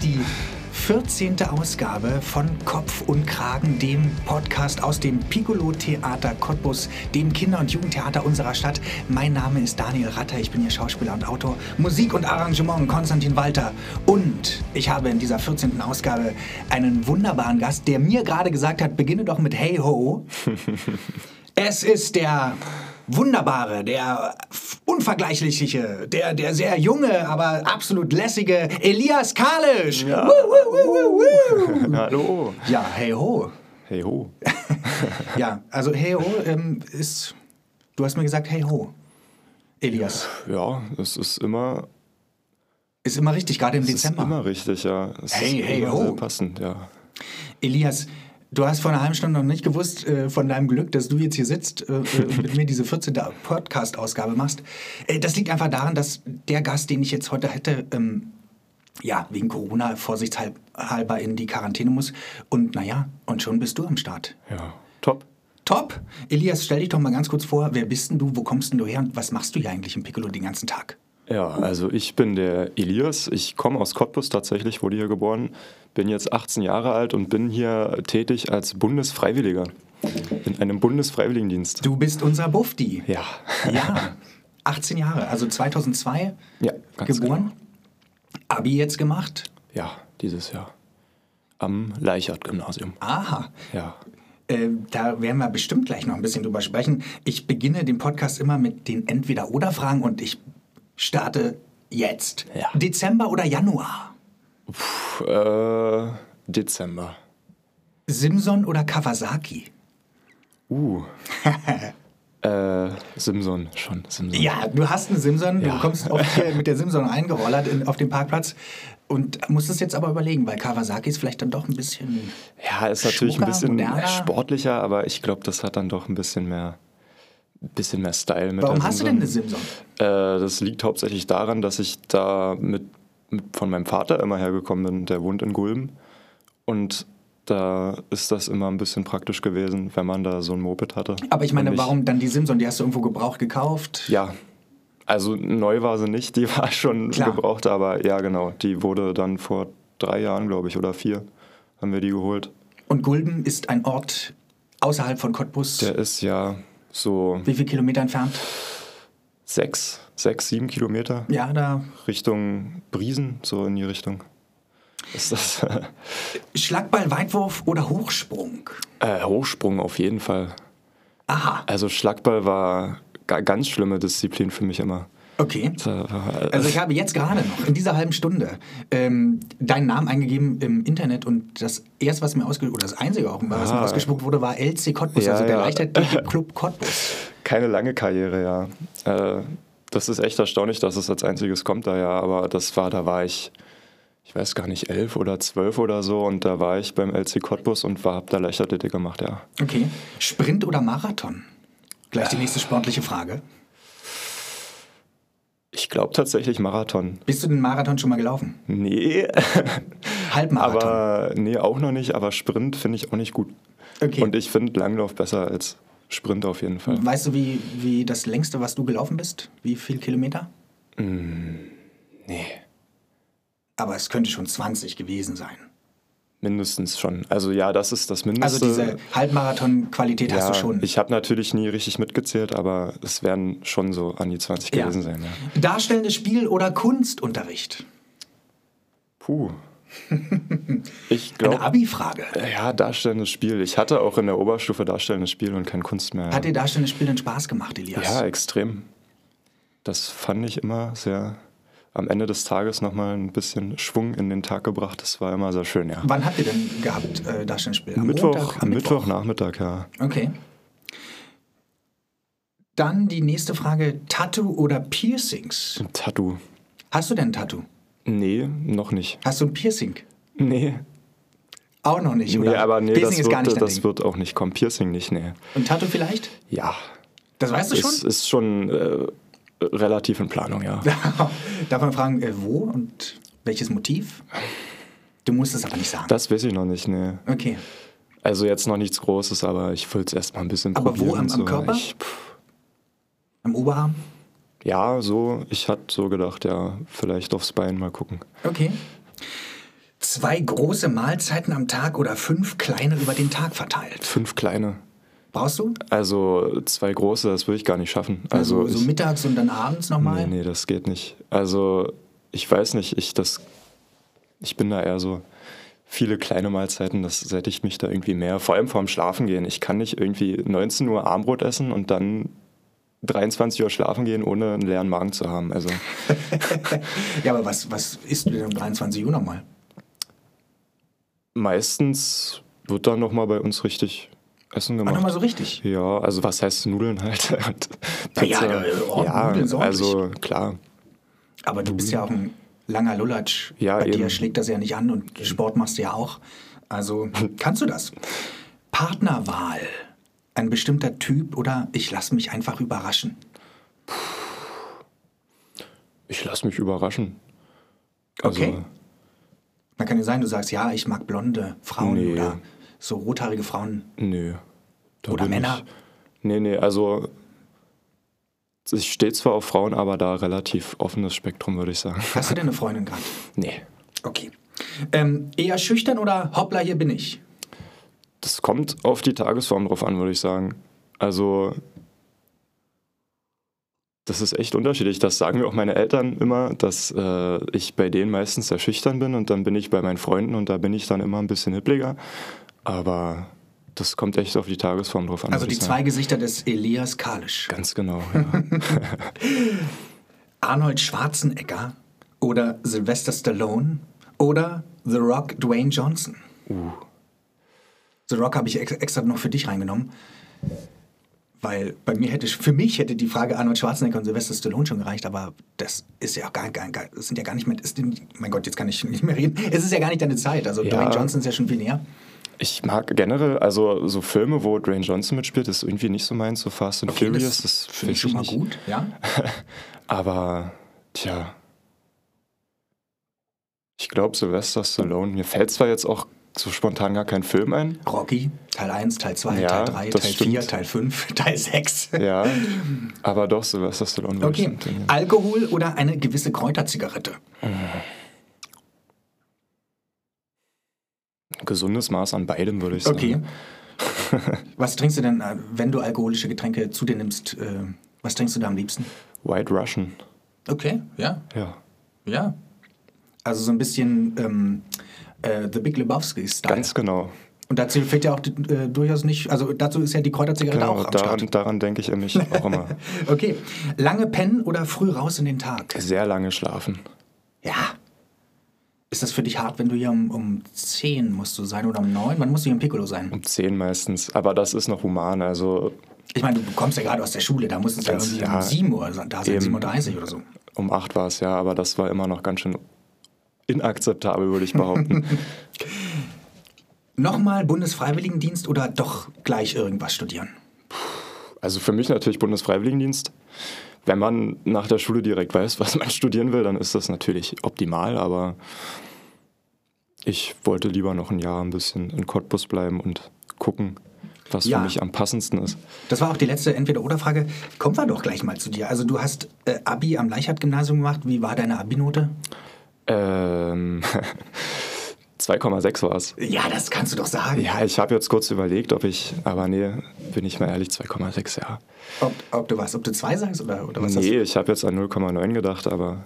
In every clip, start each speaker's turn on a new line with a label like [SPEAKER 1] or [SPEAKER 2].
[SPEAKER 1] die 14. Ausgabe von Kopf und Kragen, dem Podcast aus dem Piccolo Theater Cottbus, dem Kinder- und Jugendtheater unserer Stadt. Mein Name ist Daniel Ratter, ich bin hier Schauspieler und Autor, Musik und Arrangement Konstantin Walter. Und ich habe in dieser 14. Ausgabe einen wunderbaren Gast, der mir gerade gesagt hat, beginne doch mit Hey Ho. es ist der wunderbare, der unvergleichliche, der, der sehr junge, aber absolut lässige Elias Kalisch.
[SPEAKER 2] Ja.
[SPEAKER 1] Wuh, wuh, wuh, wuh, wuh.
[SPEAKER 2] Hallo.
[SPEAKER 1] ja, hey ho.
[SPEAKER 2] Hey ho.
[SPEAKER 1] Ja, also hey ho ähm, ist, du hast mir gesagt hey ho. Elias.
[SPEAKER 2] Ja, es ist immer,
[SPEAKER 1] Ist immer richtig, gerade im
[SPEAKER 2] ist
[SPEAKER 1] Dezember.
[SPEAKER 2] immer richtig, ja. Es
[SPEAKER 1] Hey,
[SPEAKER 2] ist
[SPEAKER 1] hey,
[SPEAKER 2] immer
[SPEAKER 1] ho.
[SPEAKER 2] Sehr passend, ja.
[SPEAKER 1] Elias, du hast vor einer halben Stunde noch nicht gewusst äh, von deinem Glück, dass du jetzt hier sitzt äh, äh, und mit mir diese 14. Podcast-Ausgabe machst. Äh, das liegt einfach daran, dass der Gast, den ich jetzt heute hätte, ähm, ja, wegen Corona vorsichtshalber in die Quarantäne muss. Und naja, und schon bist du am Start.
[SPEAKER 2] Ja. Top.
[SPEAKER 1] Top! Elias, stell dich doch mal ganz kurz vor, wer bist denn du, wo kommst denn du her und was machst du hier eigentlich im Piccolo den ganzen Tag?
[SPEAKER 2] Ja, also ich bin der Elias. Ich komme aus Cottbus tatsächlich, wurde hier geboren, bin jetzt 18 Jahre alt und bin hier tätig als Bundesfreiwilliger in einem Bundesfreiwilligendienst.
[SPEAKER 1] Du bist unser Bufti.
[SPEAKER 2] Ja.
[SPEAKER 1] Ja, 18 Jahre, also 2002
[SPEAKER 2] Ja, ganz
[SPEAKER 1] geboren,
[SPEAKER 2] genau.
[SPEAKER 1] Abi jetzt gemacht.
[SPEAKER 2] Ja, dieses Jahr. Am Leichhardt-Gymnasium.
[SPEAKER 1] Aha,
[SPEAKER 2] Ja.
[SPEAKER 1] äh, da werden wir bestimmt gleich noch ein bisschen drüber sprechen. Ich beginne den Podcast immer mit den Entweder-Oder-Fragen und ich starte jetzt.
[SPEAKER 2] Ja.
[SPEAKER 1] Dezember oder Januar?
[SPEAKER 2] Puh, äh, Dezember.
[SPEAKER 1] Simson oder Kawasaki?
[SPEAKER 2] Uh. äh, Simson schon. Simson.
[SPEAKER 1] Ja, du hast einen Simson, du
[SPEAKER 2] Ja.
[SPEAKER 1] kommst oft hier mit der Simson eingerollert in, auf dem Parkplatz und musst es jetzt aber überlegen, weil Kawasaki ist vielleicht dann doch ein bisschen...
[SPEAKER 2] Ja, ist natürlich ein
[SPEAKER 1] Schmucker,
[SPEAKER 2] bisschen
[SPEAKER 1] moderner.
[SPEAKER 2] sportlicher, aber ich glaube, das hat dann doch ein bisschen mehr, bisschen mehr Style mit
[SPEAKER 1] Warum
[SPEAKER 2] der
[SPEAKER 1] hast du denn eine Simson?
[SPEAKER 2] Äh, das liegt hauptsächlich daran, dass ich da mit, mit von meinem Vater immer hergekommen bin, der wohnt in Gulm. Und da ist das immer ein bisschen praktisch gewesen, wenn man da so ein Moped hatte.
[SPEAKER 1] Aber ich
[SPEAKER 2] Und
[SPEAKER 1] meine, warum dann die Simson? Die hast du irgendwo gebraucht gekauft?
[SPEAKER 2] Ja. Also neu war sie nicht, die war schon
[SPEAKER 1] Klar.
[SPEAKER 2] gebraucht, aber ja, genau. Die wurde dann vor drei Jahren, glaube ich, oder vier, haben wir die geholt.
[SPEAKER 1] Und Gulben ist ein Ort außerhalb von Cottbus.
[SPEAKER 2] Der ist ja so
[SPEAKER 1] wie viele Kilometer entfernt?
[SPEAKER 2] sechs, sechs, sieben Kilometer
[SPEAKER 1] Ja, da
[SPEAKER 2] Richtung Briesen, so in die Richtung. Ist das
[SPEAKER 1] Schlagball, Weitwurf oder Hochsprung?
[SPEAKER 2] äh, Hochsprung auf jeden Fall.
[SPEAKER 1] Aha,
[SPEAKER 2] Also Schlagball war ga- ganz schlimme Disziplin für mich immer. Äh,
[SPEAKER 1] okay.
[SPEAKER 2] Da war,
[SPEAKER 1] Also ich habe jetzt gerade noch in dieser halben Stunde ähm, deinen Namen eingegeben im Internet und das erste, was mir ausgespuckt oder das einzige auch, was mir
[SPEAKER 2] Ah.
[SPEAKER 1] ausgespuckt wurde, war LC Cottbus,
[SPEAKER 2] Ja,
[SPEAKER 1] also der
[SPEAKER 2] ja.
[SPEAKER 1] Leichtathletik Club Cottbus.
[SPEAKER 2] keine lange Karriere, ja. Äh, das ist echt erstaunlich, dass es als einziges kommt da ja, aber das war, da war ich, ich weiß gar nicht, elf oder zwölf oder so und da war ich beim LC Cottbus und war, hab da Leichtathletik gemacht, ja.
[SPEAKER 1] Okay. Sprint oder Marathon? Gleich die nächste sportliche Frage.
[SPEAKER 2] Ich glaube tatsächlich Marathon.
[SPEAKER 1] Bist du den Marathon schon mal gelaufen?
[SPEAKER 2] Nee,
[SPEAKER 1] Halbmarathon.
[SPEAKER 2] aber nee, auch noch nicht, aber Sprint finde ich auch nicht gut.
[SPEAKER 1] Okay. Hm.
[SPEAKER 2] Und ich finde Langlauf besser als Sprint auf jeden Fall.
[SPEAKER 1] Weißt du, wie, wie das längste, was du gelaufen bist? Wie viel Kilometer?
[SPEAKER 2] Nee.
[SPEAKER 1] Aber es könnte schon 20 gewesen sein.
[SPEAKER 2] Mindestens schon. Also ja, das ist das
[SPEAKER 1] Also
[SPEAKER 2] Mindeste.
[SPEAKER 1] diese Halbmarathon-Qualität hast
[SPEAKER 2] ja,
[SPEAKER 1] du schon.
[SPEAKER 2] Ich habe natürlich nie richtig mitgezählt, aber es werden schon so an die 20
[SPEAKER 1] Ja.
[SPEAKER 2] gewesen sein. Ja.
[SPEAKER 1] Darstellendes Spiel oder Kunstunterricht?
[SPEAKER 2] Puh. ich
[SPEAKER 1] Eine
[SPEAKER 2] glaube,
[SPEAKER 1] Abi-Frage.
[SPEAKER 2] ja, darstellendes Spiel. Ich hatte auch in der Oberstufe darstellendes Spiel und kein Kunst mehr.
[SPEAKER 1] Hat dir darstellendes Spiel denn Spaß gemacht, Elias?
[SPEAKER 2] ja, extrem. Das fand ich immer sehr am Ende des Tages nochmal ein bisschen Schwung in den Tag gebracht. Das war immer sehr schön, ja.
[SPEAKER 1] Wann habt ihr denn gehabt, äh, darstellendes Spiel? Am
[SPEAKER 2] Mittwoch,
[SPEAKER 1] Montag, am Mittwoch.
[SPEAKER 2] Mittwochnachmittag, ja.
[SPEAKER 1] Okay. Dann die nächste Frage: Tattoo oder Piercings?
[SPEAKER 2] Ein Tattoo.
[SPEAKER 1] Hast du denn ein Tattoo?
[SPEAKER 2] Nee, noch nicht.
[SPEAKER 1] Hast du ein Piercing?
[SPEAKER 2] Nee.
[SPEAKER 1] Auch noch nicht, oder?
[SPEAKER 2] Nee, aber nee,
[SPEAKER 1] Piercing
[SPEAKER 2] das,
[SPEAKER 1] ist
[SPEAKER 2] wird,
[SPEAKER 1] gar nicht dein
[SPEAKER 2] das
[SPEAKER 1] Ding.
[SPEAKER 2] wird auch nicht kommen. Piercing nicht, nee.
[SPEAKER 1] Und Tattoo vielleicht?
[SPEAKER 2] Ja.
[SPEAKER 1] Das weißt du schon?
[SPEAKER 2] Es ist schon äh, relativ in Planung, ja.
[SPEAKER 1] Darf man fragen, äh, wo und welches Motiv? Du musst es aber nicht sagen.
[SPEAKER 2] Das weiß ich noch nicht, nee.
[SPEAKER 1] okay.
[SPEAKER 2] Also jetzt noch nichts Großes, aber ich will es erstmal ein bisschen
[SPEAKER 1] Aber wo?
[SPEAKER 2] probieren.
[SPEAKER 1] Am- am
[SPEAKER 2] so.
[SPEAKER 1] Körper?
[SPEAKER 2] Ich, pff,
[SPEAKER 1] Am Oberarm?
[SPEAKER 2] ja, so. Ich hatte so gedacht, ja, vielleicht aufs Bein mal gucken.
[SPEAKER 1] Okay. Zwei große Mahlzeiten am Tag oder fünf kleine über den Tag verteilt.
[SPEAKER 2] Fünf kleine.
[SPEAKER 1] Brauchst du?
[SPEAKER 2] Also zwei große, das würde ich gar nicht schaffen. Also,
[SPEAKER 1] so
[SPEAKER 2] ich,
[SPEAKER 1] mittags und dann abends nochmal?
[SPEAKER 2] Nee, nee, das geht nicht. Also ich weiß nicht, ich, das, ich bin da eher so viele kleine Mahlzeiten, das sättigt mich da irgendwie mehr. Vor allem vorm Schlafen gehen. Ich kann nicht irgendwie 19 Uhr Armbrot essen und dann 23 Uhr schlafen gehen, ohne einen leeren Magen zu haben. Also
[SPEAKER 1] ja, aber was, was isst du denn um 23 Uhr nochmal?
[SPEAKER 2] meistens wird dann nochmal bei uns richtig Essen
[SPEAKER 1] Mach
[SPEAKER 2] gemacht.
[SPEAKER 1] nochmal so richtig.
[SPEAKER 2] Ja, also was heißt Nudeln halt? Und
[SPEAKER 1] Na ja,
[SPEAKER 2] Pizza.
[SPEAKER 1] äh, ordentlich, Nudeln ist ordentlich.
[SPEAKER 2] also klar.
[SPEAKER 1] Aber du bist ja auch ein Mhm. langer Lulatsch.
[SPEAKER 2] Ja,
[SPEAKER 1] Bei dir
[SPEAKER 2] eben.
[SPEAKER 1] schlägt das ja nicht an und Sport machst du ja auch. Also kannst du das. Partnerwahl. Ein bestimmter Typ oder ich lasse mich einfach überraschen.
[SPEAKER 2] Ich lasse mich überraschen. Also,
[SPEAKER 1] Okay. Man kann ja sein, du sagst, ja, ich mag blonde Frauen
[SPEAKER 2] Nee.
[SPEAKER 1] oder so rothaarige Frauen.
[SPEAKER 2] Nö. Da
[SPEAKER 1] Oder
[SPEAKER 2] bin
[SPEAKER 1] Männer?
[SPEAKER 2] Ich, nee, nee, also ich stehe zwar auf Frauen, aber da relativ offenes Spektrum, würde ich sagen.
[SPEAKER 1] Hast du denn eine Freundin gerade?
[SPEAKER 2] Nee.
[SPEAKER 1] Okay. Ähm, eher schüchtern oder hoppla, hier bin ich?
[SPEAKER 2] Das kommt auf die Tagesform drauf an, würde ich sagen. Also, das ist echt unterschiedlich. Das sagen mir auch meine Eltern immer, dass äh, ich bei denen meistens sehr schüchtern bin und dann bin ich bei meinen Freunden und da bin ich dann immer ein bisschen hippliger. Aber das kommt echt auf die Tagesform drauf an.
[SPEAKER 1] Also
[SPEAKER 2] würd
[SPEAKER 1] die
[SPEAKER 2] ich
[SPEAKER 1] zwei
[SPEAKER 2] sagen.
[SPEAKER 1] Gesichter des Elias Kalisch.
[SPEAKER 2] Ganz genau. Ja.
[SPEAKER 1] Arnold Schwarzenegger oder Sylvester Stallone oder The Rock Dwayne Johnson.
[SPEAKER 2] Uh.
[SPEAKER 1] The Rock habe ich ex extra noch für dich reingenommen, weil bei mir hätte für mich hätte die Frage Arnold Schwarzenegger und Sylvester Stallone schon gereicht, aber das ist ja auch gar, gar, gar das sind ja gar nicht mehr ist, mein Gott, jetzt kann ich nicht mehr reden. Es ist ja gar nicht deine Zeit, also
[SPEAKER 2] Ja.
[SPEAKER 1] Dwayne Johnson ist ja schon viel näher.
[SPEAKER 2] ich mag generell, also so Filme, wo Dwayne Johnson mitspielt, ist irgendwie nicht so meins, so Fast and Furious. Das,
[SPEAKER 1] finde ich
[SPEAKER 2] weiß
[SPEAKER 1] schon mal
[SPEAKER 2] nicht.
[SPEAKER 1] gut, ja?
[SPEAKER 2] Aber, tja. Ich glaube, Sylvester Stallone. Mir fällt zwar jetzt auch so spontan gar kein Film ein.
[SPEAKER 1] Rocky Teil 1, Teil 2,
[SPEAKER 2] Ja,
[SPEAKER 1] Teil 3,
[SPEAKER 2] das
[SPEAKER 1] Teil 4,
[SPEAKER 2] stimmt.
[SPEAKER 1] Teil 5, Teil 6.
[SPEAKER 2] Ja. aber doch, Sylvester Stallone würde ich
[SPEAKER 1] Okay,
[SPEAKER 2] empfehlen.
[SPEAKER 1] Alkohol oder eine gewisse Kräuterzigarette?
[SPEAKER 2] Ein gesundes Maß an beidem, würde ich sagen.
[SPEAKER 1] Okay. was trinkst du denn, äh, wenn du alkoholische Getränke zu dir nimmst? äh, Was trinkst du da am liebsten?
[SPEAKER 2] White Russian.
[SPEAKER 1] Okay, ja,
[SPEAKER 2] Ja.
[SPEAKER 1] ja. Also so ein bisschen ähm, äh, The Big Lebowski-Style.
[SPEAKER 2] Ganz genau.
[SPEAKER 1] Und dazu fehlt ja auch äh, durchaus nicht, also dazu ist ja die Kräuterzigarette
[SPEAKER 2] genau
[SPEAKER 1] auch am
[SPEAKER 2] daran
[SPEAKER 1] Start.
[SPEAKER 2] daran denke ich nämlich auch immer.
[SPEAKER 1] Okay, lange pennen oder früh raus in den Tag?
[SPEAKER 2] Sehr lange schlafen.
[SPEAKER 1] Ja. Ist das für dich hart, wenn du hier um, um 10 musst du sein oder um 9? Wann musst du hier im Piccolo sein?
[SPEAKER 2] Um 10 meistens. Aber das ist noch human. Also
[SPEAKER 1] Ich meine, du kommst ja gerade aus der Schule, da musstest du ja
[SPEAKER 2] Ganz
[SPEAKER 1] irgendwie um
[SPEAKER 2] ja.
[SPEAKER 1] 7 Uhr sein- da sein,
[SPEAKER 2] Eben.
[SPEAKER 1] 7.30 Uhr oder so.
[SPEAKER 2] um 8 war es ja, aber das war immer noch ganz schön inakzeptabel, würde ich behaupten.
[SPEAKER 1] Nochmal Bundesfreiwilligendienst oder doch gleich irgendwas studieren?
[SPEAKER 2] Also für mich natürlich Bundesfreiwilligendienst. Wenn man nach der Schule direkt weiß, was man studieren will, dann ist das natürlich optimal, aber ich wollte lieber noch ein Jahr ein bisschen in Cottbus bleiben und gucken, was
[SPEAKER 1] Ja.
[SPEAKER 2] für mich am passendsten ist.
[SPEAKER 1] Das war auch die letzte Entweder-Oder-Frage. Kommen wir doch gleich mal zu dir. Also du hast äh, Abi am Leichhardt-Gymnasium gemacht. Wie war deine Abi-Note?
[SPEAKER 2] Ähm, 2,6 war es.
[SPEAKER 1] Ja, das kannst du doch sagen.
[SPEAKER 2] Ja, ich habe jetzt kurz überlegt, ob ich, aber nee, bin ich mal ehrlich, 2,6, ja.
[SPEAKER 1] Ob, ob du was, ob du zwei sagst oder, oder was
[SPEAKER 2] nee, ich habe jetzt an 0,9 gedacht, aber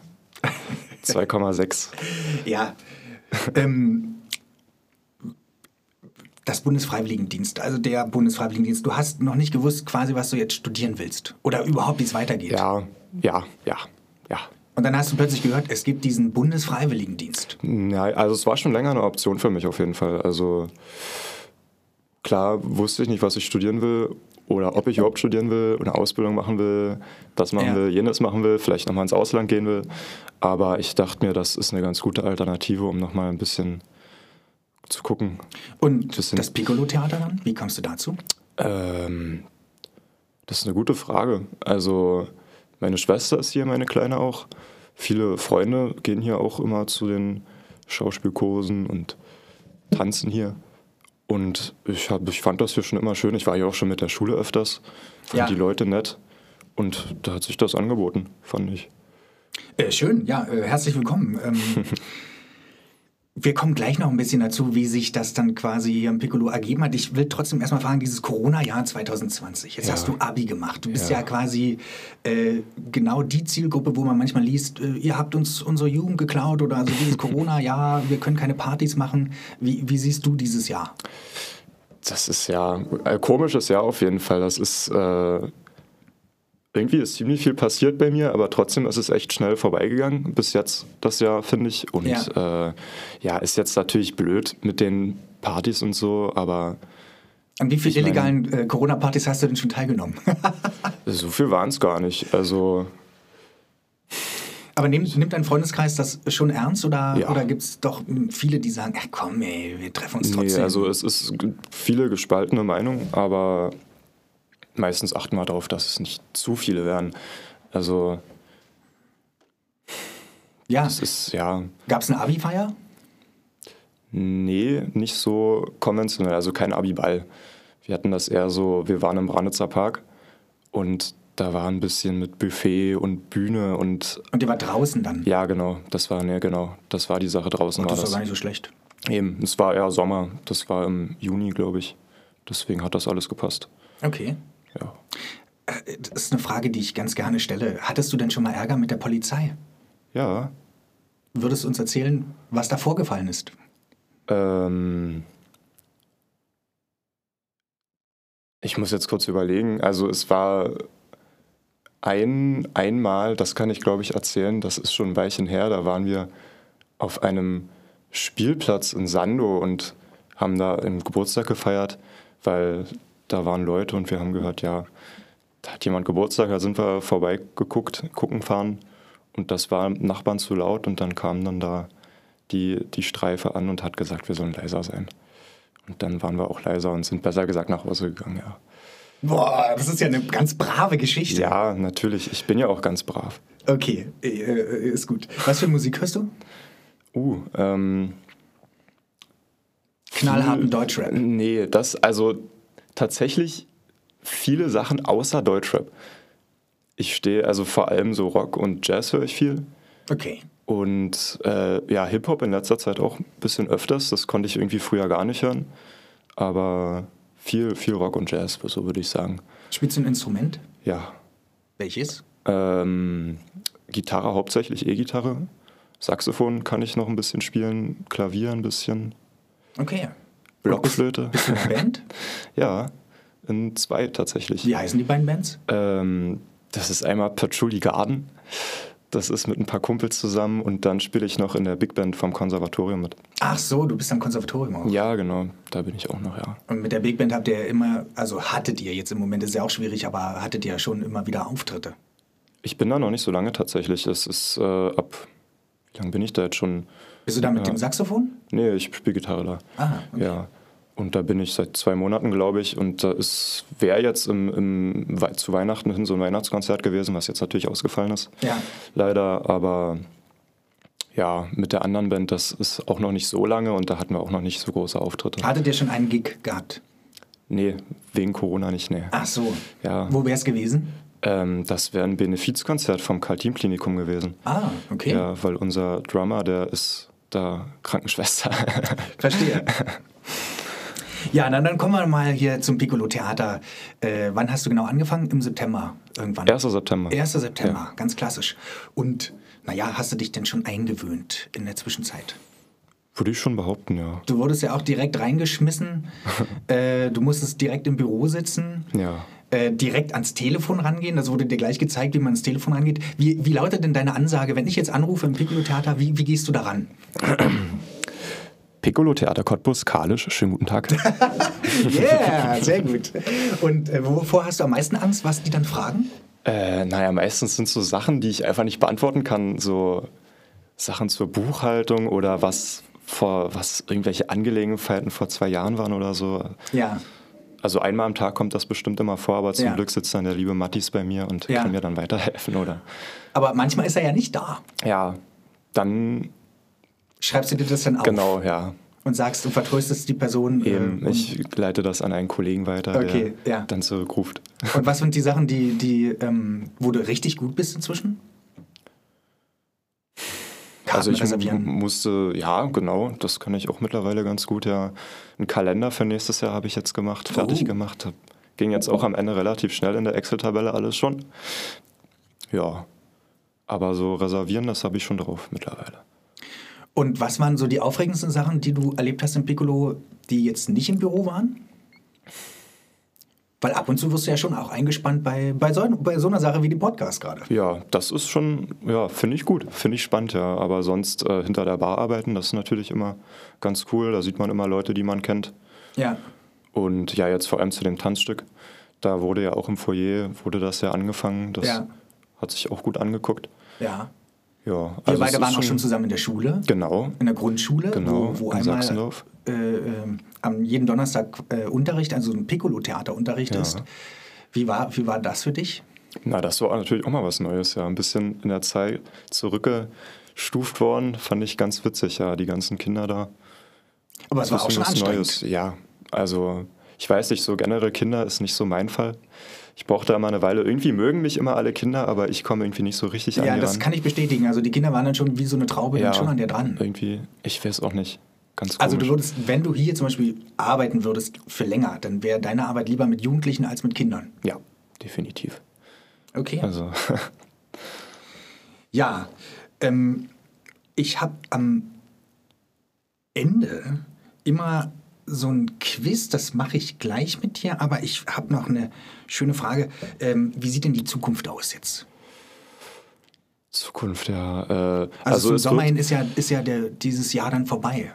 [SPEAKER 2] 2,6.
[SPEAKER 1] das? Ja. ähm, das Bundesfreiwilligendienst, also der Bundesfreiwilligendienst. Du hast noch nicht gewusst quasi, was du jetzt studieren willst. Oder überhaupt, wie es weitergeht.
[SPEAKER 2] Ja, ja, ja, ja.
[SPEAKER 1] Und dann hast du plötzlich gehört, es gibt diesen Bundesfreiwilligendienst.
[SPEAKER 2] Ja, also es war schon länger eine Option für mich auf jeden Fall. Also klar wusste ich nicht, was ich studieren will oder ob ich überhaupt studieren will, eine Ausbildung machen will, das machen
[SPEAKER 1] Ja.
[SPEAKER 2] will, jenes machen will, vielleicht nochmal ins Ausland gehen will. Aber ich dachte mir, das ist eine ganz gute Alternative, um nochmal ein bisschen zu gucken.
[SPEAKER 1] Und
[SPEAKER 2] Das
[SPEAKER 1] das,
[SPEAKER 2] sind-
[SPEAKER 1] Piccolo-Theater dann? Wie kommst du dazu?
[SPEAKER 2] Ähm, das ist eine gute Frage. Also meine Schwester ist hier, meine Kleine auch. Viele Freunde gehen hier auch immer zu den Schauspielkursen und tanzen hier. Und ich, hab, ich fand das hier schon immer schön. Ich war hier auch schon mit der Schule öfters. Fand
[SPEAKER 1] Ja.
[SPEAKER 2] die Leute nett. Und da hat sich das angeboten, fand ich.
[SPEAKER 1] Äh, schön, ja, äh, herzlich willkommen. Ähm, Wir kommen gleich noch ein bisschen dazu, wie sich das dann quasi hier im Piccolo ergeben hat. Ich will trotzdem erstmal fragen, dieses Corona-Jahr 2020. Jetzt
[SPEAKER 2] Ja.
[SPEAKER 1] hast du Abi gemacht. Du bist ja,
[SPEAKER 2] Ja.
[SPEAKER 1] quasi äh, genau die Zielgruppe, wo man manchmal liest, äh, ihr habt uns unsere Jugend geklaut oder also dieses Corona-Jahr, wir können keine Partys machen. Wie, wie siehst du dieses Jahr?
[SPEAKER 2] Das ist ja ein komisches Jahr auf jeden Fall. Das ist äh, irgendwie ist ziemlich viel passiert bei mir, aber trotzdem ist es echt schnell vorbeigegangen bis jetzt das Jahr finde ich. Und ja. Äh, ja, ist jetzt natürlich blöd mit den Partys und so, aber
[SPEAKER 1] An wie vielen
[SPEAKER 2] Ich meine-
[SPEAKER 1] illegalen äh, Corona-Partys hast du denn schon teilgenommen?
[SPEAKER 2] so viel waren es gar nicht. Also
[SPEAKER 1] Aber nimmt, nimmt dein Freundeskreis das schon ernst oder,
[SPEAKER 2] Ja.
[SPEAKER 1] oder gibt es doch mm, viele, die sagen, ach komm, ey, wir treffen uns trotzdem?
[SPEAKER 2] Nee, also es ist g- viele gespaltene Meinungen, aber meistens achten wir darauf, dass es nicht zu viele werden. Also
[SPEAKER 1] ja,
[SPEAKER 2] es ist ja
[SPEAKER 1] gab es eine Abi-Feier?
[SPEAKER 2] nee, nicht so konventionell, also kein Abiball. Wir hatten das eher so, wir waren im Branitzer Park und da war ein bisschen mit Buffet und Bühne und
[SPEAKER 1] Und ihr war draußen dann?
[SPEAKER 2] ja genau, das war ja genau, das war die Sache draußen
[SPEAKER 1] Und
[SPEAKER 2] war
[SPEAKER 1] das war
[SPEAKER 2] das.
[SPEAKER 1] gar nicht so schlecht.
[SPEAKER 2] Eben, es war eher Sommer, das war im Juni, glaube ich. Deswegen hat das alles gepasst.
[SPEAKER 1] Okay.
[SPEAKER 2] Ja.
[SPEAKER 1] Äh, Das ist eine Frage, die ich ganz gerne stelle. Hattest du denn schon mal Ärger mit der Polizei?
[SPEAKER 2] Ja,
[SPEAKER 1] Würdest du uns erzählen, was da vorgefallen ist?
[SPEAKER 2] Ähm, ich muss jetzt kurz überlegen. Also es war ein, einmal, das kann ich glaube ich erzählen, das ist schon ein Weilchen her, da waren wir auf einem Spielplatz in Sando und haben da einen Geburtstag gefeiert, weil da waren Leute und wir haben gehört, ja, da hat jemand Geburtstag, da sind wir vorbeigeguckt, gucken fahren und das war dem Nachbarn zu laut und dann kam dann da die, die Streife an und hat gesagt, wir sollen leiser sein. Und dann waren wir auch leiser und sind besser gesagt nach Hause gegangen, ja.
[SPEAKER 1] Boah, das ist ja eine ganz brave Geschichte.
[SPEAKER 2] Ja, natürlich, ich bin ja auch ganz brav.
[SPEAKER 1] Okay, äh, äh, ist gut. Was für Musik hörst du?
[SPEAKER 2] Uh, ähm,
[SPEAKER 1] Knallharten Deutschrap.
[SPEAKER 2] Nee, das, also tatsächlich viele Sachen außer Deutschrap. Ich stehe, also vor allem so Rock und Jazz höre ich viel.
[SPEAKER 1] Okay.
[SPEAKER 2] Und äh, ja, Hip-Hop in letzter Zeit auch ein bisschen öfters. Das konnte ich irgendwie früher gar nicht hören. Aber viel, viel Rock und Jazz, so würde ich sagen.
[SPEAKER 1] Spielst du ein Instrument?
[SPEAKER 2] Ja.
[SPEAKER 1] Welches?
[SPEAKER 2] Ähm, Gitarre hauptsächlich, E-Gitarre. Saxophon kann ich noch ein bisschen spielen, Klavier ein bisschen,
[SPEAKER 1] Okay.
[SPEAKER 2] Blockflöte.
[SPEAKER 1] Bist du in einer Band?
[SPEAKER 2] Ja, in zwei tatsächlich.
[SPEAKER 1] Wie heißen die beiden Bands?
[SPEAKER 2] Ähm, das ist einmal Patchouli Garden. Das ist mit ein paar Kumpels zusammen und dann spiele ich noch in der Big Band vom Konservatorium mit.
[SPEAKER 1] Ach so, du bist am Konservatorium auch.
[SPEAKER 2] Ja, genau, da bin ich auch noch, ja.
[SPEAKER 1] Und mit der Big Band habt ihr immer, also hattet ihr jetzt im Moment, ist ja auch schwierig, aber hattet ihr schon immer wieder Auftritte.
[SPEAKER 2] Ich bin da noch nicht so lange tatsächlich. Es ist äh, ab, wie lange bin ich da jetzt schon?
[SPEAKER 1] Bist du da mit dem Saxophon?
[SPEAKER 2] Nee, ich spiele Gitarre da.
[SPEAKER 1] Ah, okay.
[SPEAKER 2] Ja. Und da bin ich seit zwei Monaten, glaube ich. Und da ist, wäre jetzt im, im, Wei- zu Weihnachten hin so ein Weihnachtskonzert gewesen, was jetzt natürlich ausgefallen ist.
[SPEAKER 1] Ja.
[SPEAKER 2] Leider, aber ja, mit der anderen Band, das ist auch noch nicht so lange und da hatten wir auch noch nicht so große Auftritte.
[SPEAKER 1] Hattet ihr schon einen Gig gehabt?
[SPEAKER 2] Nee, wegen Corona nicht, nee.
[SPEAKER 1] Ach so.
[SPEAKER 2] Ja.
[SPEAKER 1] Wo wär's gewesen?
[SPEAKER 2] Ähm, das wäre ein Benefizkonzert vom Karl-Team-Klinikum gewesen.
[SPEAKER 1] Ah, okay.
[SPEAKER 2] Ja, weil unser Drummer, der ist da Krankenschwester.
[SPEAKER 1] Verstehe. ja, dann, dann kommen wir mal hier zum Piccolo Theater. Äh, wann hast du genau angefangen? Im September irgendwann.
[SPEAKER 2] 1. September.
[SPEAKER 1] 1. September, ganz klassisch. Und naja, hast du dich denn schon eingewöhnt in der Zwischenzeit?
[SPEAKER 2] Würde ich schon behaupten, ja.
[SPEAKER 1] Du wurdest ja auch direkt reingeschmissen. äh, du musstest direkt im Büro sitzen.
[SPEAKER 2] Ja.
[SPEAKER 1] Äh, direkt ans Telefon rangehen. Das wurde dir gleich gezeigt, wie man ans Telefon rangeht. Wie, wie lautet denn deine Ansage, wenn ich jetzt anrufe im Piccolo-Theater, wie, wie gehst du daran?
[SPEAKER 2] Piccolo Theater Cottbus, Kalisch, schönen guten Tag.
[SPEAKER 1] Yeah, sehr gut. Und äh, wovor hast du am meisten Angst, was die dann fragen?
[SPEAKER 2] äh, naja, meistens sind so Sachen, die ich einfach nicht beantworten kann, so Sachen zur Buchhaltung oder was vor, was irgendwelche Angelegenheiten vor zwei Jahren waren oder so.
[SPEAKER 1] Ja.
[SPEAKER 2] Also einmal am Tag kommt das bestimmt immer vor, aber zum
[SPEAKER 1] Ja.
[SPEAKER 2] Glück sitzt dann der liebe Mattis bei mir und
[SPEAKER 1] Ja.
[SPEAKER 2] kann mir dann weiterhelfen, oder?
[SPEAKER 1] Aber manchmal ist er ja nicht da.
[SPEAKER 2] Ja, dann
[SPEAKER 1] Schreibst du dir das dann auf
[SPEAKER 2] genau, ja.
[SPEAKER 1] und sagst und vertröstest die Person? äh,
[SPEAKER 2] Eben, ich leite das an einen Kollegen weiter,
[SPEAKER 1] Okay,
[SPEAKER 2] der
[SPEAKER 1] ja.
[SPEAKER 2] dann zurückruft.
[SPEAKER 1] Und was sind die Sachen, die, die ähm, wo du richtig gut bist inzwischen? Karten
[SPEAKER 2] also ich mu-
[SPEAKER 1] reservieren.
[SPEAKER 2] musste, ja, genau, das kann ich auch mittlerweile ganz gut, ja. Einen Kalender für nächstes Jahr habe ich jetzt gemacht, fertig
[SPEAKER 1] Oh.
[SPEAKER 2] gemacht. Hab- Ging jetzt auch am Ende relativ schnell in der Excel-Tabelle alles schon. Ja, aber so reservieren, das habe ich schon drauf mittlerweile.
[SPEAKER 1] Und was waren so die aufregendsten Sachen, die du erlebt hast in Piccolo, die jetzt nicht im Büro waren? Weil ab und zu wirst du ja schon auch eingespannt bei, bei, so, bei so einer Sache wie dem Podcast gerade.
[SPEAKER 2] Ja, das ist schon, ja, finde ich gut, finde ich spannend, ja. Aber sonst äh, hinter der Bar arbeiten, das ist natürlich immer ganz cool. Da sieht man immer Leute, die man kennt.
[SPEAKER 1] Ja.
[SPEAKER 2] Und ja, jetzt vor allem zu dem Tanzstück. Da wurde ja auch im Foyer, wurde das ja angefangen. Das
[SPEAKER 1] Ja.
[SPEAKER 2] hat sich auch gut angeguckt.
[SPEAKER 1] Ja.
[SPEAKER 2] Ja,
[SPEAKER 1] Wir
[SPEAKER 2] also es
[SPEAKER 1] beide
[SPEAKER 2] ist
[SPEAKER 1] waren auch schon zusammen in der Schule.
[SPEAKER 2] Genau,
[SPEAKER 1] In der Grundschule,
[SPEAKER 2] Genau,
[SPEAKER 1] wo, wo
[SPEAKER 2] in
[SPEAKER 1] einmal
[SPEAKER 2] Sachsendorf.
[SPEAKER 1] äh, ähm, am jeden Donnerstag äh, Unterricht, also ein Piccolo-Theaterunterricht
[SPEAKER 2] Ja.
[SPEAKER 1] ist. Wie war, wie war das für dich?
[SPEAKER 2] Na, das war natürlich auch mal was Neues, ja. Ein bisschen in der Zeit zurückgestuft worden, fand ich ganz witzig, ja. Die ganzen Kinder da.
[SPEAKER 1] Aber es war auch schon
[SPEAKER 2] Bisschen was
[SPEAKER 1] anstrengend.
[SPEAKER 2] Neues. Ja, also ich weiß nicht, so generell Kinder ist nicht so mein Fall. Ich brauchte da mal eine Weile. Irgendwie mögen mich immer alle Kinder, aber ich komme irgendwie nicht so richtig an
[SPEAKER 1] Ja,
[SPEAKER 2] die
[SPEAKER 1] das
[SPEAKER 2] ran.
[SPEAKER 1] kann ich bestätigen. Also die Kinder waren dann schon wie so eine Traube dann schon an dir dran.
[SPEAKER 2] Irgendwie, ich weiß auch nicht. Ganz
[SPEAKER 1] Also du
[SPEAKER 2] Äh, komisch.
[SPEAKER 1] würdest, wenn du hier zum Beispiel arbeiten würdest für länger, dann wäre deine Arbeit lieber mit Jugendlichen als mit Kindern.
[SPEAKER 2] Ja, definitiv.
[SPEAKER 1] Okay.
[SPEAKER 2] Also,
[SPEAKER 1] Ja, ähm, ich habe am Ende immer so ein Quiz, das mache ich gleich mit dir, aber ich habe noch eine schöne Frage. Ähm, wie sieht denn die Zukunft aus jetzt?
[SPEAKER 2] Zukunft, ja. Äh,
[SPEAKER 1] Also, zum
[SPEAKER 2] es
[SPEAKER 1] Sommer
[SPEAKER 2] wird- Hm.
[SPEAKER 1] hin ist ja, ist ja der, dieses Jahr dann vorbei.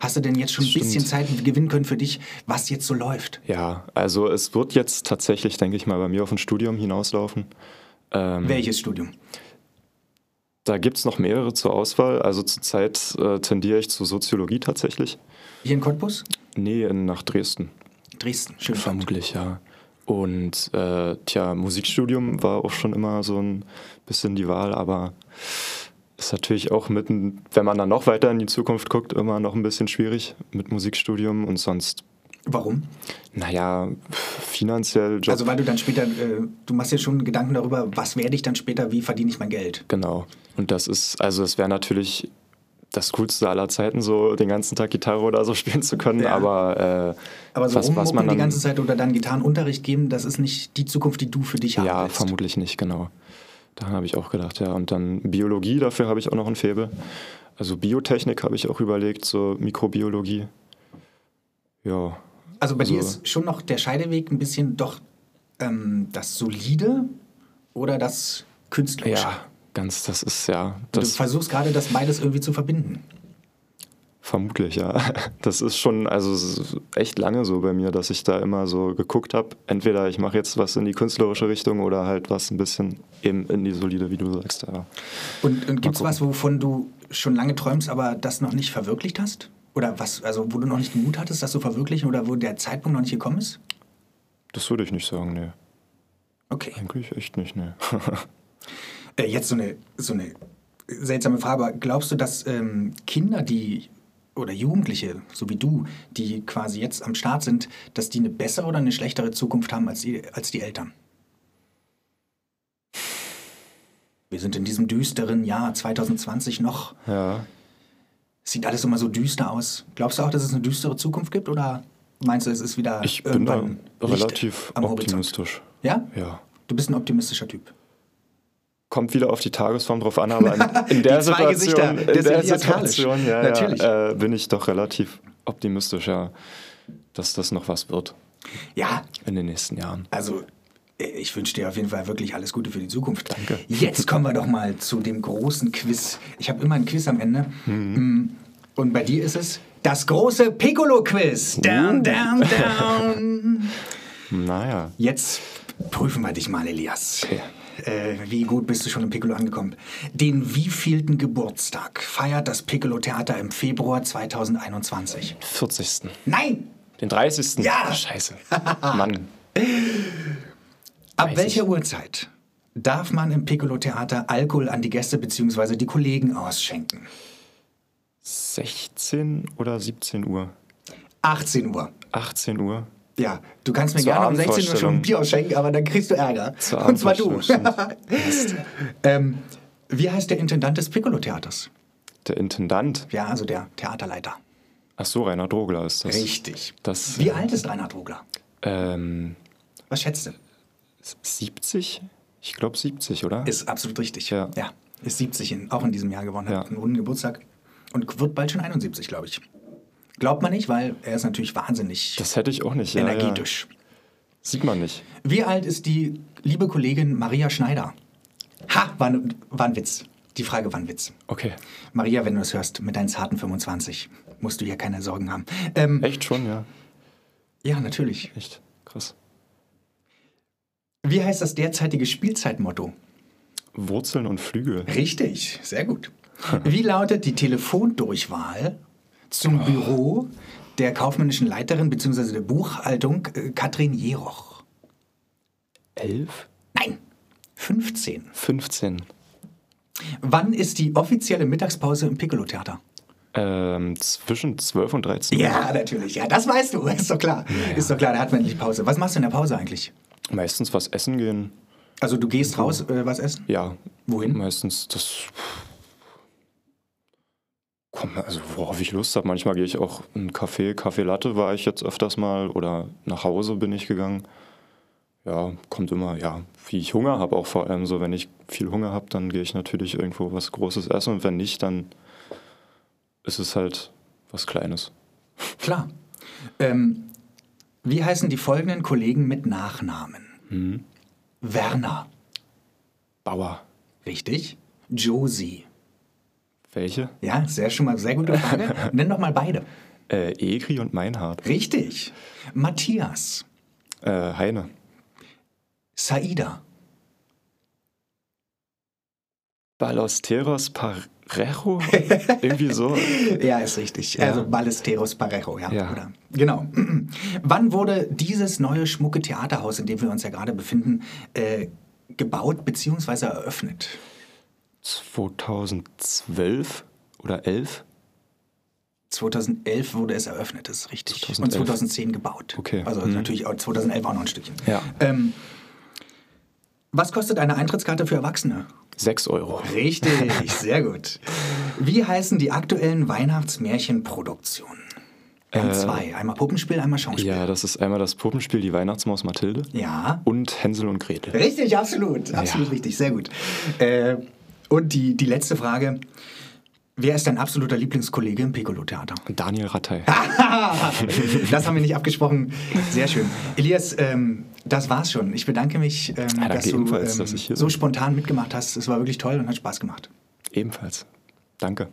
[SPEAKER 1] Hast du denn jetzt schon ein
[SPEAKER 2] Stimmt.
[SPEAKER 1] bisschen Zeit gewinnen können für dich, was jetzt so läuft?
[SPEAKER 2] Ja, also es wird jetzt tatsächlich, denke ich mal, bei mir auf ein Studium hinauslaufen. Ähm.
[SPEAKER 1] Welches Studium?
[SPEAKER 2] Da gibt es noch mehrere zur Auswahl. Also zurzeit äh, tendiere ich zur Soziologie tatsächlich.
[SPEAKER 1] Hier in Cottbus?
[SPEAKER 2] Nee, in, nach Dresden.
[SPEAKER 1] Dresden, schön.
[SPEAKER 2] Vermutlich, ja. Und äh, tja, Musikstudium war auch schon immer so ein bisschen die Wahl, aber ist natürlich auch mitten, wenn man dann noch weiter in die Zukunft guckt, immer noch ein bisschen schwierig mit Musikstudium und sonst,
[SPEAKER 1] Warum?
[SPEAKER 2] naja, pf, finanziell, Job.
[SPEAKER 1] Also weil du dann später, äh, du machst dir schon Gedanken darüber, was werde ich dann später, wie verdiene ich mein Geld?
[SPEAKER 2] Genau. Und das ist, also es wäre natürlich das Coolste aller Zeiten, so den ganzen Tag Gitarre oder so spielen zu können,
[SPEAKER 1] Ja.
[SPEAKER 2] aber, äh,
[SPEAKER 1] Aber so
[SPEAKER 2] was, was
[SPEAKER 1] rummucken
[SPEAKER 2] man
[SPEAKER 1] die
[SPEAKER 2] dann,
[SPEAKER 1] ganze Zeit oder dann Gitarrenunterricht geben, das ist nicht die Zukunft, die du für dich haben
[SPEAKER 2] ja,
[SPEAKER 1] willst.
[SPEAKER 2] vermutlich nicht, genau. Daran habe ich auch gedacht, ja. Und dann Biologie, dafür habe ich auch noch ein Faible. Also Biotechnik habe ich auch überlegt, so Mikrobiologie. Ja,
[SPEAKER 1] Also bei dir
[SPEAKER 2] Also-
[SPEAKER 1] ist schon noch der Scheideweg ein bisschen doch ähm, das Solide oder das Künstlerische.
[SPEAKER 2] ja, ganz, das ist ja,
[SPEAKER 1] du
[SPEAKER 2] das
[SPEAKER 1] versuchst gerade, das beides irgendwie zu verbinden.
[SPEAKER 2] Vermutlich, ja. Das ist schon, also es ist echt lange so bei mir, dass ich da immer so geguckt habe, entweder ich mache jetzt was in die künstlerische Richtung oder halt was ein bisschen eben in die solide, wie du sagst. Ja.
[SPEAKER 1] Und, und gibt es
[SPEAKER 2] gucken.
[SPEAKER 1] was, wovon du schon lange träumst, aber das noch nicht verwirklicht hast? Oder was, also wo du noch nicht den Mut hattest, das zu verwirklichen oder wo der Zeitpunkt noch nicht gekommen ist?
[SPEAKER 2] Das würde ich nicht sagen, nee.
[SPEAKER 1] Okay.
[SPEAKER 2] Eigentlich echt nicht, nee.
[SPEAKER 1] Äh, jetzt so eine, so eine seltsame Frage, aber glaubst du, dass ähm, Kinder, die oder Jugendliche, so wie du, die quasi jetzt am Start sind, dass die eine bessere oder eine schlechtere Zukunft haben als die, als die Eltern? Wir sind in diesem düsteren Jahr 2020 noch.
[SPEAKER 2] Ja.
[SPEAKER 1] Sieht alles immer so düster aus. Glaubst du auch, dass es eine düstere Zukunft gibt oder meinst du, es ist wieder
[SPEAKER 2] Ich bin da
[SPEAKER 1] irgendwann Licht
[SPEAKER 2] relativ
[SPEAKER 1] am Horizont?
[SPEAKER 2] optimistisch.
[SPEAKER 1] Ja?
[SPEAKER 2] Ja.
[SPEAKER 1] Du bist ein optimistischer Typ.
[SPEAKER 2] Kommt wieder auf die Tagesform drauf an, aber in, in der
[SPEAKER 1] Die zwei Gesichter
[SPEAKER 2] Situation, in
[SPEAKER 1] des
[SPEAKER 2] der
[SPEAKER 1] Elias
[SPEAKER 2] Situation
[SPEAKER 1] Kalisch.
[SPEAKER 2] ja,
[SPEAKER 1] Natürlich.
[SPEAKER 2] Ja, äh, bin ich doch relativ optimistisch, ja, dass das noch was wird
[SPEAKER 1] Ja,
[SPEAKER 2] in den nächsten Jahren.
[SPEAKER 1] Also, äh, ich wünsche dir auf jeden Fall wirklich alles Gute für die Zukunft. Danke. Jetzt kommen wir doch mal zu dem großen Quiz. Ich habe immer ein Quiz am Ende.
[SPEAKER 2] Mhm.
[SPEAKER 1] Mm, Und bei dir ist es das große Piccolo-Quiz.
[SPEAKER 2] Uh.
[SPEAKER 1] Down, down, down.
[SPEAKER 2] Naja.
[SPEAKER 1] Jetzt prüfen wir dich mal, Elias.
[SPEAKER 2] Okay.
[SPEAKER 1] Äh, wie gut bist du schon im Piccolo angekommen? Den wievielten Geburtstag feiert das Piccolo-Theater im Februar 2021?
[SPEAKER 2] 40.
[SPEAKER 1] Nein!
[SPEAKER 2] Den 30.
[SPEAKER 1] Ja!
[SPEAKER 2] Scheiße. Mann.
[SPEAKER 1] Ab
[SPEAKER 2] Weiß
[SPEAKER 1] welcher Uhrzeit darf man im Piccolo-Theater Alkohol an die Gäste bzw. die Kollegen ausschenken?
[SPEAKER 2] 16 oder 17 Uhr?
[SPEAKER 1] 18 Uhr.
[SPEAKER 2] 18 Uhr?
[SPEAKER 1] Ja, du kannst mir
[SPEAKER 2] Zur
[SPEAKER 1] gerne um 16 Uhr schon
[SPEAKER 2] Abendvorstellung.
[SPEAKER 1] ein Bier ausschenken, aber dann kriegst du Ärger.
[SPEAKER 2] Zur
[SPEAKER 1] Und zwar du.
[SPEAKER 2] Abendvorstellung,
[SPEAKER 1] ähm, wie heißt der Intendant des Piccolo-Theaters?
[SPEAKER 2] der Intendant.
[SPEAKER 1] Ja, also der Theaterleiter.
[SPEAKER 2] Ach so, Rainer Drogler ist das.
[SPEAKER 1] Richtig.
[SPEAKER 2] Das,
[SPEAKER 1] Wie alt ist Reinhard Rogler?
[SPEAKER 2] Ähm,
[SPEAKER 1] Was schätzt du?
[SPEAKER 2] 70? Ich glaube 70, oder?
[SPEAKER 1] Ist absolut richtig.
[SPEAKER 2] Ja.
[SPEAKER 1] Ist 70, in, auch in diesem Jahr gewonnen, hat
[SPEAKER 2] Ja.
[SPEAKER 1] einen runden Geburtstag und wird bald schon 71, glaube ich. Glaubt man nicht, weil er ist natürlich wahnsinnig
[SPEAKER 2] das hätte ich auch nicht. Ja,
[SPEAKER 1] energetisch.
[SPEAKER 2] Ja. Sieht man nicht.
[SPEAKER 1] Wie alt ist die liebe Kollegin Maria Schneider? Ha, war, ne- war ein Witz. Die Frage war ein Witz.
[SPEAKER 2] Okay.
[SPEAKER 1] Maria, wenn du das hörst, mit deinen zarten 25 musst du hier keine Sorgen haben. Ähm,
[SPEAKER 2] Echt schon, ja.
[SPEAKER 1] ja, natürlich.
[SPEAKER 2] Echt. Krass.
[SPEAKER 1] Wie heißt das derzeitige Spielzeitmotto?
[SPEAKER 2] Wurzeln und Flügel.
[SPEAKER 1] Richtig, sehr gut. Wie lautet die Telefondurchwahl zum Büro der kaufmännischen Leiterin bzw. der Buchhaltung äh, Katrin Jeroch?
[SPEAKER 2] 11?
[SPEAKER 1] Nein, 15.
[SPEAKER 2] 15.
[SPEAKER 1] Wann ist die offizielle Mittagspause im Piccolo-Theater?
[SPEAKER 2] Ähm, zwischen 12 und 13.
[SPEAKER 1] Ja, natürlich. Ja, das weißt du. Ist doch klar. Ist doch klar, da hat man endlich Pause. Was machst du in der Pause eigentlich?
[SPEAKER 2] Meistens was essen gehen.
[SPEAKER 1] Also du gehst raus, äh, was essen?
[SPEAKER 2] Ja.
[SPEAKER 1] Wohin?
[SPEAKER 2] Meistens das. Komm, also worauf ich Lust habe. Manchmal gehe ich auch in einen Café. Kaffee Latte war ich jetzt öfters mal oder nach Hause bin ich gegangen. Ja, kommt immer, ja, wie ich Hunger habe auch vor allem so. Wenn ich viel Hunger habe, dann gehe ich natürlich irgendwo was Großes essen und wenn nicht, dann ist es halt was Kleines.
[SPEAKER 1] Klar. Ähm, wie heißen die folgenden Kollegen mit Nachnamen? Werner,
[SPEAKER 2] Bauer.
[SPEAKER 1] richtig? Josie.
[SPEAKER 2] Welche?
[SPEAKER 1] Ja, sehr schon mal sehr gute Frage. Nenn doch mal beide.
[SPEAKER 2] Äh, Egri und Meinhard.
[SPEAKER 1] Richtig. Matthias,
[SPEAKER 2] Äh, Heine.
[SPEAKER 1] Saida,
[SPEAKER 2] Ballesteros Parejo? Irgendwie so.
[SPEAKER 1] Ja, ist richtig. Also Ballesteros Parejo, ja.
[SPEAKER 2] Ja.
[SPEAKER 1] Oder? Genau. Wann wurde dieses neue schmucke Theaterhaus, in dem wir uns ja gerade befinden, äh, gebaut bzw. eröffnet?
[SPEAKER 2] 2012 oder 11?
[SPEAKER 1] 2011 wurde es eröffnet, das ist richtig.
[SPEAKER 2] 2011.
[SPEAKER 1] Und 2010 gebaut.
[SPEAKER 2] Okay. Mhm.
[SPEAKER 1] Also natürlich auch 2011 auch noch ein Stückchen.
[SPEAKER 2] Ja.
[SPEAKER 1] Ähm, was kostet eine Eintrittskarte für Erwachsene?
[SPEAKER 2] 6 Euro.
[SPEAKER 1] Richtig, sehr gut. Wie heißen die aktuellen Weihnachtsmärchenproduktionen? Wir
[SPEAKER 2] Äh,
[SPEAKER 1] haben zwei. Einmal Puppenspiel, einmal Schauspiel.
[SPEAKER 2] Ja, das ist einmal das Puppenspiel Die Weihnachtsmaus Mathilde
[SPEAKER 1] Ja.
[SPEAKER 2] und Hänsel und Gretel.
[SPEAKER 1] Richtig, absolut. Absolut
[SPEAKER 2] Ja.
[SPEAKER 1] richtig, sehr gut. Äh, und die, die letzte Frage. Wer ist dein absoluter Lieblingskollege im Piccolo-Theater?
[SPEAKER 2] Daniel Rattay.
[SPEAKER 1] Das haben wir nicht abgesprochen. Sehr schön. Elias, ähm, das war's schon. Ich bedanke mich, ähm,
[SPEAKER 2] danke
[SPEAKER 1] dass du ähm,
[SPEAKER 2] ebenfalls, dass ich hier
[SPEAKER 1] so
[SPEAKER 2] bin.
[SPEAKER 1] spontan mitgemacht hast. Es war wirklich toll und hat Spaß gemacht.
[SPEAKER 2] Ebenfalls. Danke.